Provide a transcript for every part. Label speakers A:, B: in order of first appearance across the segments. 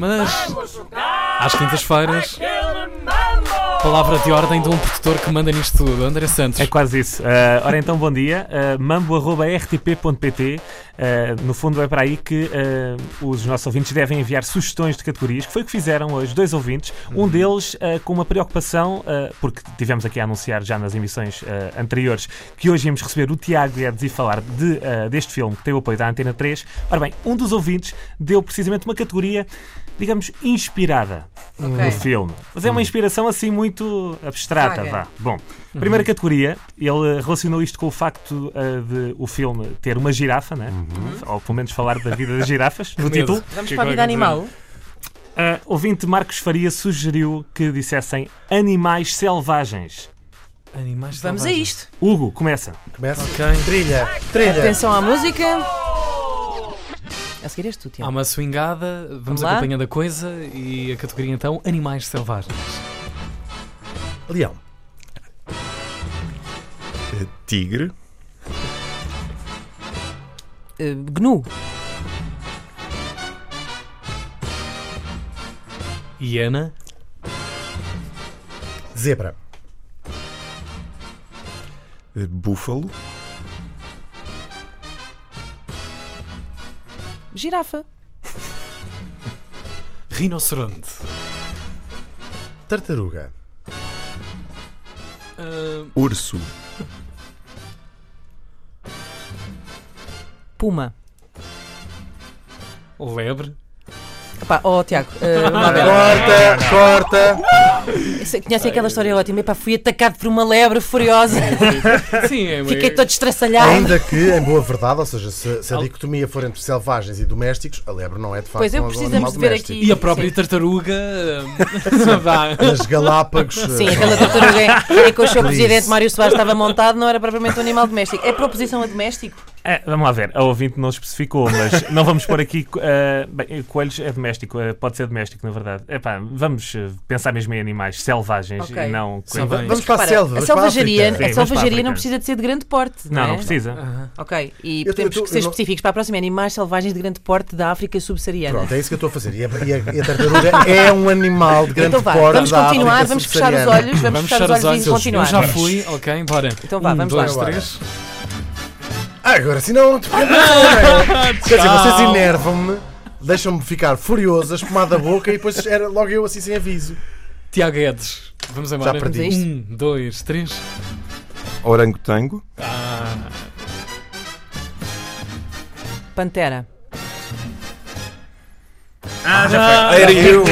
A: Mas às quintas-feiras, palavra de ordem de um produtor que manda nisto tudo, André Santos.
B: É quase isso. Ah, ora então, bom dia. Ah, mambo.rtp.pt. Ah, no fundo, é para aí que ah, os nossos ouvintes devem enviar sugestões de categorias, que foi o que fizeram hoje dois ouvintes. Um deles ah, com uma preocupação, ah, porque tivemos aqui a anunciar já nas emissões ah, anteriores que hoje íamos receber o Tiago Guedes e falar de, ah, deste filme que tem o apoio da Antena 3. Ora bem, um dos ouvintes deu precisamente uma categoria, digamos, inspirada no
C: Ok.
B: filme. Mas é uma inspiração assim muito abstrata,
C: Vaga.
B: vá. Bom, primeira categoria, ele eh, relacionou isto com o facto eh, de o filme ter uma girafa, né? Ou pelo menos falar da vida das girafas no
A: Medo.
B: título.
C: Vamos
A: Que
C: para a vida
A: qualquer coisa.
C: animal.
B: Eh, ouvinte Marcos Faria sugeriu que dissessem animais selvagens.
A: Animais
C: Vamos a
A: selvagens.
C: isto.
B: Hugo, começa.
D: Começa.
A: Ok.
D: Trilha, trilha.
C: Atenção à música. A seguir és tu,
A: Há
C: Tiago.
A: uma swingada, vamos,
C: Vamos lá?
A: acompanhando a coisa e a categoria então Animais Selvagens.
D: Leão.
E: Tigre,
C: Eh, Gnu.
A: Hiena,
D: Zebra.
E: eh, búfalo,
C: Girafa.
A: rinoceronte,
D: Tartaruga.
A: ah,
E: urso,
C: Puma.
A: lebre,
C: Epá, oh, Tiago. eh, vá ver.
D: Corta,
C: Ah.
D: corta.
C: Isso- Conhecem aquela história ótima? Epá, fui atacado por uma lebre furiosa.
A: sim, é uma-
C: Fiquei todo estraçalhado.
D: Ainda que, em boa verdade, ou seja, se, se a dicotomia for entre selvagens e domésticos, a lebre não é de facto
C: Pois é,
D: um
C: precisamos
D: animal
C: de ver
D: doméstico.
A: E a própria tartaruga. ah, vá.
D: Nas Galápagos.
C: Sim,
D: eh,
C: aquela tartaruga em- em que o seu
D: Por isso.
C: presidente Mário Soares estava montado não era propriamente um animal doméstico. É proposição a doméstico?
B: Eh, vamos lá ver, a ouvinte não especificou, mas não vamos pôr aqui. co- eh, bem, coelhos é doméstico, eh, pode ser doméstico, na verdade. Epá, vamos eh, pensar mesmo em animais selvagens
C: Ok.
B: e não
A: Selvagens.
D: Vamos para a
C: Repara,
D: selva.
C: A
D: vamos para a
C: selvageria, é
D: África.
B: Sim,
C: a
B: vamos para a
C: selvageria não
B: África.
C: precisa de ser de grande porte.
B: Não,
C: é?
B: não precisa.
A: Aham.
C: Ok, e
D: Eu tô-
C: temos
D: eu tô-
C: que ser
D: eu não-
C: específicos para a próxima. Animais selvagens de grande porte da África subsaariana.
D: Pronto, é isso que eu estou a fazer. E a, e a- e a tartaruga é um animal de grande
C: então vá,
D: porte
C: vamos
D: da
C: continuar,
D: África
C: vamos fechar os
D: subsaariana.
C: olhos, vamos, fechar os olhos e
A: Eu
C: continuar.
A: já fui, ok, bora.
C: Então vá,
A: um,
C: vamos
A: dois,
D: lá.
A: Três.
D: Ah, Agora, se não. Quer dizer, vocês enervam-me, deixam-me ficar furioso, a espumar da boca e depois era logo eu assim sem aviso.
A: Tiago Guedes, vamos embora.
D: perdi.
C: Vamos a isto?
A: Um, dois, três.
E: orangotango,
A: Ah,
C: Pantera.
E: Ah, era eu!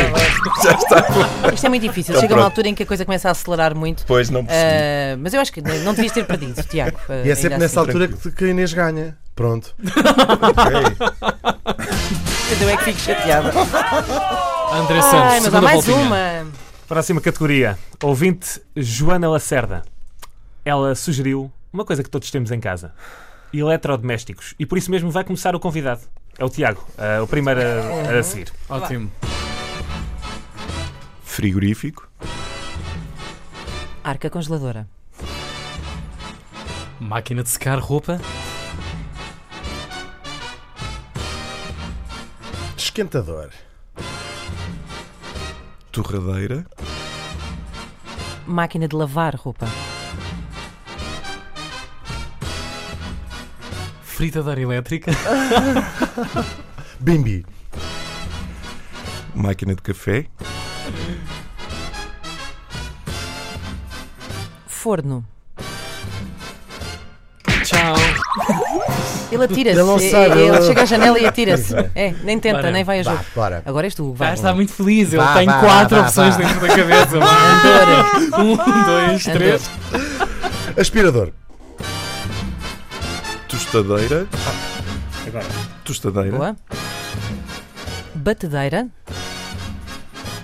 E: Já estava.
C: Isto é muito difícil,
E: Então
C: chega uma
E: pronto.
C: altura em que a coisa começa a acelerar muito.
E: Pois não percebi.
C: Ah, mas eu acho que não não devias ter perdido, Tiago. ah,
D: E é
C: ainda
D: sempre nessa
C: assim.
D: altura que, que a Inês ganha. Pronto.
E: Ok.
C: Mas eu é que fico chateada.
A: André Santos,
C: Ai, mas há
A: segunda
C: mais
A: voltinha.
C: uma.
B: Próxima categoria. Ouvinte Joana Lacerda. Ela sugeriu uma coisa que todos temos em casa: eletrodomésticos. E por isso mesmo vai começar o convidado. É o Tiago, eh, o primeiro a, a seguir.
A: Ótimo.
E: Frigorífico,
C: Arca congeladora.
A: Máquina de secar roupa,
D: Esquentador.
E: torradeira,
C: Máquina de lavar roupa.
A: fritadeira elétrica,
D: Bimbi.
E: máquina de café,
C: Forno.
A: tchau.
C: Ele atira-se.
D: Ele não
C: é-
D: sabe,
C: é- Ele,
D: ele-
C: chega à janela e atira-se. É, nem tenta,
A: Bora.
C: nem vai a jogo.
D: Vá, bora.
C: Agora és tu,
A: Ah,
C: vai.
A: está muito feliz, ele
D: Vá,
A: tem
D: vá,
A: quatro
D: vá,
A: opções
D: vá.
A: dentro da cabeça. é?
C: Andor.
A: um, dois,
C: Andor.
A: três.
D: Aspirador.
E: tostadeira. Ah, Tostadeira,
C: Boa. Batedeira.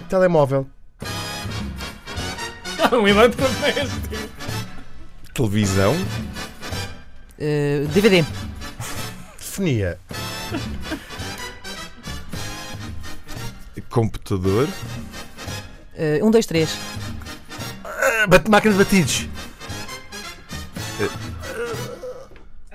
D: Telemóvel.
A: Um eletrodoméstico.
E: televisão,
C: eh, DVD.
D: Fonia.
E: computador,
C: eh, um, dois, três.
D: Ah, bate- Máquina de batidos.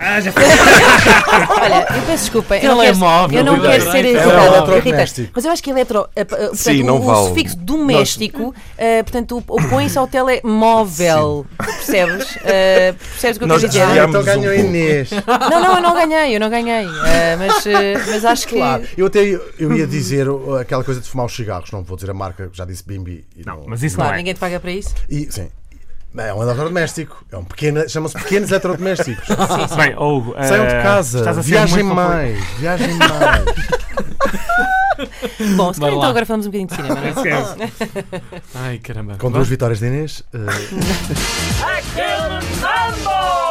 B: Ah, já foi.
C: Olha, eu peço desculpa. Eu não quero,
A: Telemóvel,
C: eu não
A: é cuidado.
C: quero ser
A: É
C: irritada, irritante,
D: eletrodoméstico.
C: mas eu acho que eletro. eh, p- eh, portanto,
E: Sim, não
C: o,
E: vale.
C: o sufixo doméstico, eh, portanto, o- opõe-se ao telemóvel. Percebes? Eh, percebes o que eu
E: Nós
C: quero dizer?
E: desviamos.
D: Ah, então
E: Ganhámos
D: ganhou a
E: um pouco.
D: Inês.
C: Não, não, eu não ganhei, eu não ganhei. Eh, mas, eh, mas acho que.
D: Claro, eu até eu ia dizer uh, aquela coisa de fumar os cigarros, não vou dizer a marca, já disse Bimbi. E
B: Não, mas isso
C: Claro,
B: não é.
C: ninguém te paga para isso.
D: E, sim. Não, é um eletrodoméstico. É um pequeno, chamam-se pequenos eletrodomésticos.
B: Bem, Hugo, eh,
D: Saiam de
B: estás
D: casa,
B: a ser
D: viagem
B: muito complicado.
D: mais, viagem mais.
C: Bom, se
A: Vai lá.
C: calhar então agora falamos um bocadinho de cinema, não é?
B: Esquece.
A: Ai, caramba.
D: Com duas vitórias de Inês, eh,
A: Vá.